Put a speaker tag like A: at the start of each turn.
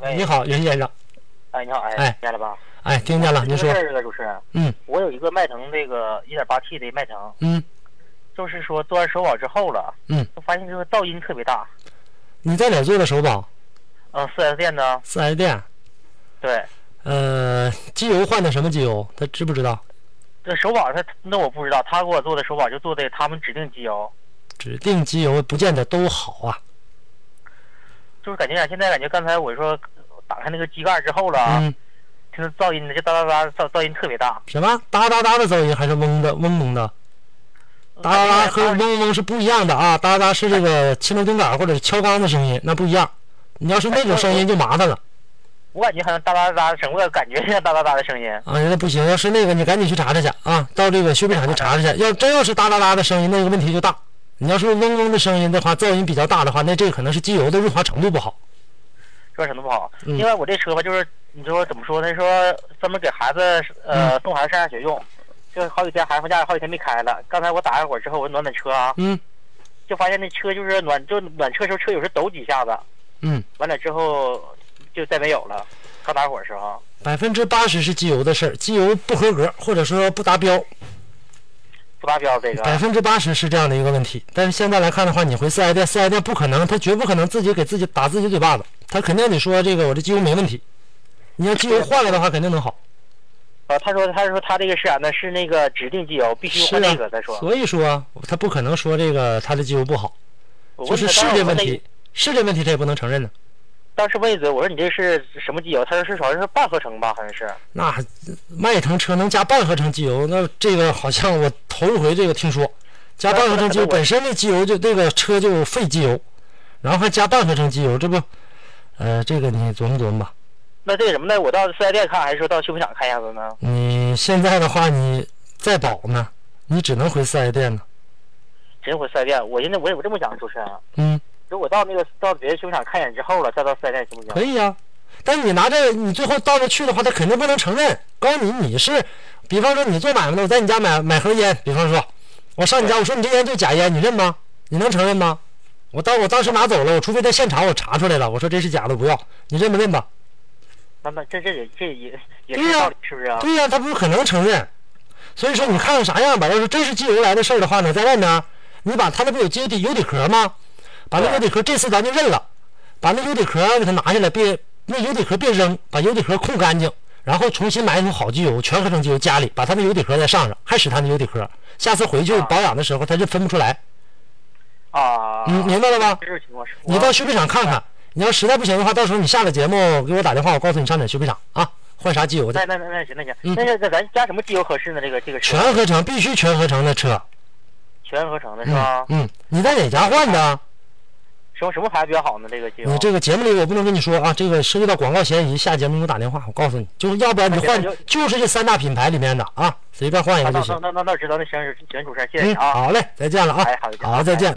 A: 哎
B: 你好，袁先生。
A: 哎，你好，哎，
B: 哎
A: 听见了吧？
B: 哎，听见了，您说
A: 这。个事儿啊主持人，
B: 嗯
A: 我有一个迈腾这个 1.8T 的迈腾，
B: 嗯，
A: 就是说做完首保之后了，
B: 嗯，
A: 就发现这个噪音特别大。
B: 你在哪儿做的首保？
A: 嗯、4 S 店呢？
B: 四 S 店。
A: 对，
B: 呃，机油换的什么机油？他知不知道？
A: 这首保他那我不知道，他给我做的首保就做的他们指定机油，
B: 指定机油不见得都好啊。
A: 就是感觉啊，现在感觉刚才我说打开那个机盖之后了，
B: 嗯，
A: 听着噪音，这哒哒哒噪噪音特别大，
B: 什么哒哒哒的噪音还是嗡的嗡嗡
A: 啊
B: 的？哒哒
A: 哎
B: 哒和嗡嗡是不一样的啊，哒哒是这个气门钉杆或者是敲缸的声音，那不一样。你要是那种声音就麻烦了
A: 我感觉好像哒哒哒，整个感觉像哒哒哒的声音。
B: 啊，那不行。要是那个，你赶紧去查查去啊，到这个修配厂去查查去。要真要是哒哒哒的声音，那个问题就大。你要是嗡嗡的声音的话，噪音比较大的话，那这个可能是机油的润滑程度不好。
A: 说什么不好。
B: 嗯
A: 另外，我这车吧，就是你说怎么说呢？说专门给孩子呃、
B: 嗯
A: 送孩子上下学用，就是好几天孩子放假，好几天没开了。刚才我打一会儿之后，我暖暖车啊，
B: 嗯
A: 就发现那车就是暖，就暖车时候车有时候抖几下子，
B: 嗯。
A: 完了之后就再没有了。刚打火的时候，啊
B: 百分之八十是机油的事儿，机油不合格或者说不达标，
A: 不达标这个。
B: 百分之八十是这样的一个问题。但是现在来看的话，你回四 S 店，四 S 店不可能，他绝不可能自己给自己打自己嘴巴子，他肯定得说这个我这机油没问题。你要机油换了的话，肯定能好。
A: 呃，他说他说他这个是啥呢？是那个指定机油，必须
B: 是
A: 换那个。
B: 啊
A: 他说，
B: 所以说啊他不可能说这个他的机油不好，
A: 我
B: 就
A: 问
B: 是
A: 他
B: 是
A: 当时
B: 这
A: 我
B: 问
A: 问他
B: 题，是这问题他也不能承认呢。
A: 当时问一嘴，我说你这是什么机油？他说是好像是半合成吧，好像是。
B: 那迈腾车能加半合成机油，那这个好像我头一回这个听说，加半合成机油
A: 那可能我
B: 本身的机油就这个车就费机油，然后还加半合成机油，这不，呃，这个你琢磨琢磨吧。
A: 那这什么呢？我到四 S 店看，还是说到修配厂看一下子呢？
B: 你现在的话，你再保呢，你只能回四 S 店呢。
A: 直接回四 S 店。我现在我也我这么想，主持人，
B: 嗯，
A: 如果到那个到别的修理厂看一眼之后了，再到四 S 店行不行？
B: 可以呀、但你拿这，你最后到那去的话，他肯定不能承认。告诉你，你是，比方说你做买卖的，我在你家买买盒烟，比方说，我上你家，我说你这烟就假烟，你认吗？你能承认吗？我当我当时拿走了，我除非在现场我查出来了，我说这是假的，不要，你认不认吧？
A: 那么这这也这也
B: 对
A: 也是
B: 呀
A: 道理，是不是啊？
B: 对呀、他不可能承认。所以说，你看看啥样吧。要是真是机油来的事儿的话呢，在外面儿，你把他那不有机油底油底壳吗？把那油底壳这次咱就认了，把那油底壳给它拿下来，别那油底壳别扔，把油底壳控干净，然后重新买一桶好机油，全合成机油家里，把他那油底壳再上上，还使他那油底壳。下次回去
A: 啊
B: 保养的时候，他就分不出来。
A: 啊，
B: 你明白了吧？
A: 这种情况是。啊
B: 你到修配厂看看，你要实在不行的话，到时候你下了节目给我打电话，我告诉你上哪修配厂啊，换啥机油去
A: 那。那那那行那行，
B: 嗯
A: 那那咱加什么机油合适呢？这个这个车
B: 全合成必须全合成的车，
A: 全合成的是
B: 嗯
A: 吧？
B: 嗯，你在哪家换的啊？
A: 什么什么牌子比较好呢？这个机油
B: 你这个节目里我不能跟你说啊，这个涉及到广告嫌疑，下节目给我打电话，我告诉你，就是要不然你换
A: 哎那行
B: 就是这三大品牌里面的啊，随便换一
A: 啊
B: 个
A: 那
B: 就
A: 那
B: 行。
A: 那那那知道，那行行，主持人，谢谢你
B: 嗯，
A: 啊。
B: 好嘞，再见了啊
A: 哎好再，见
B: 好，再见。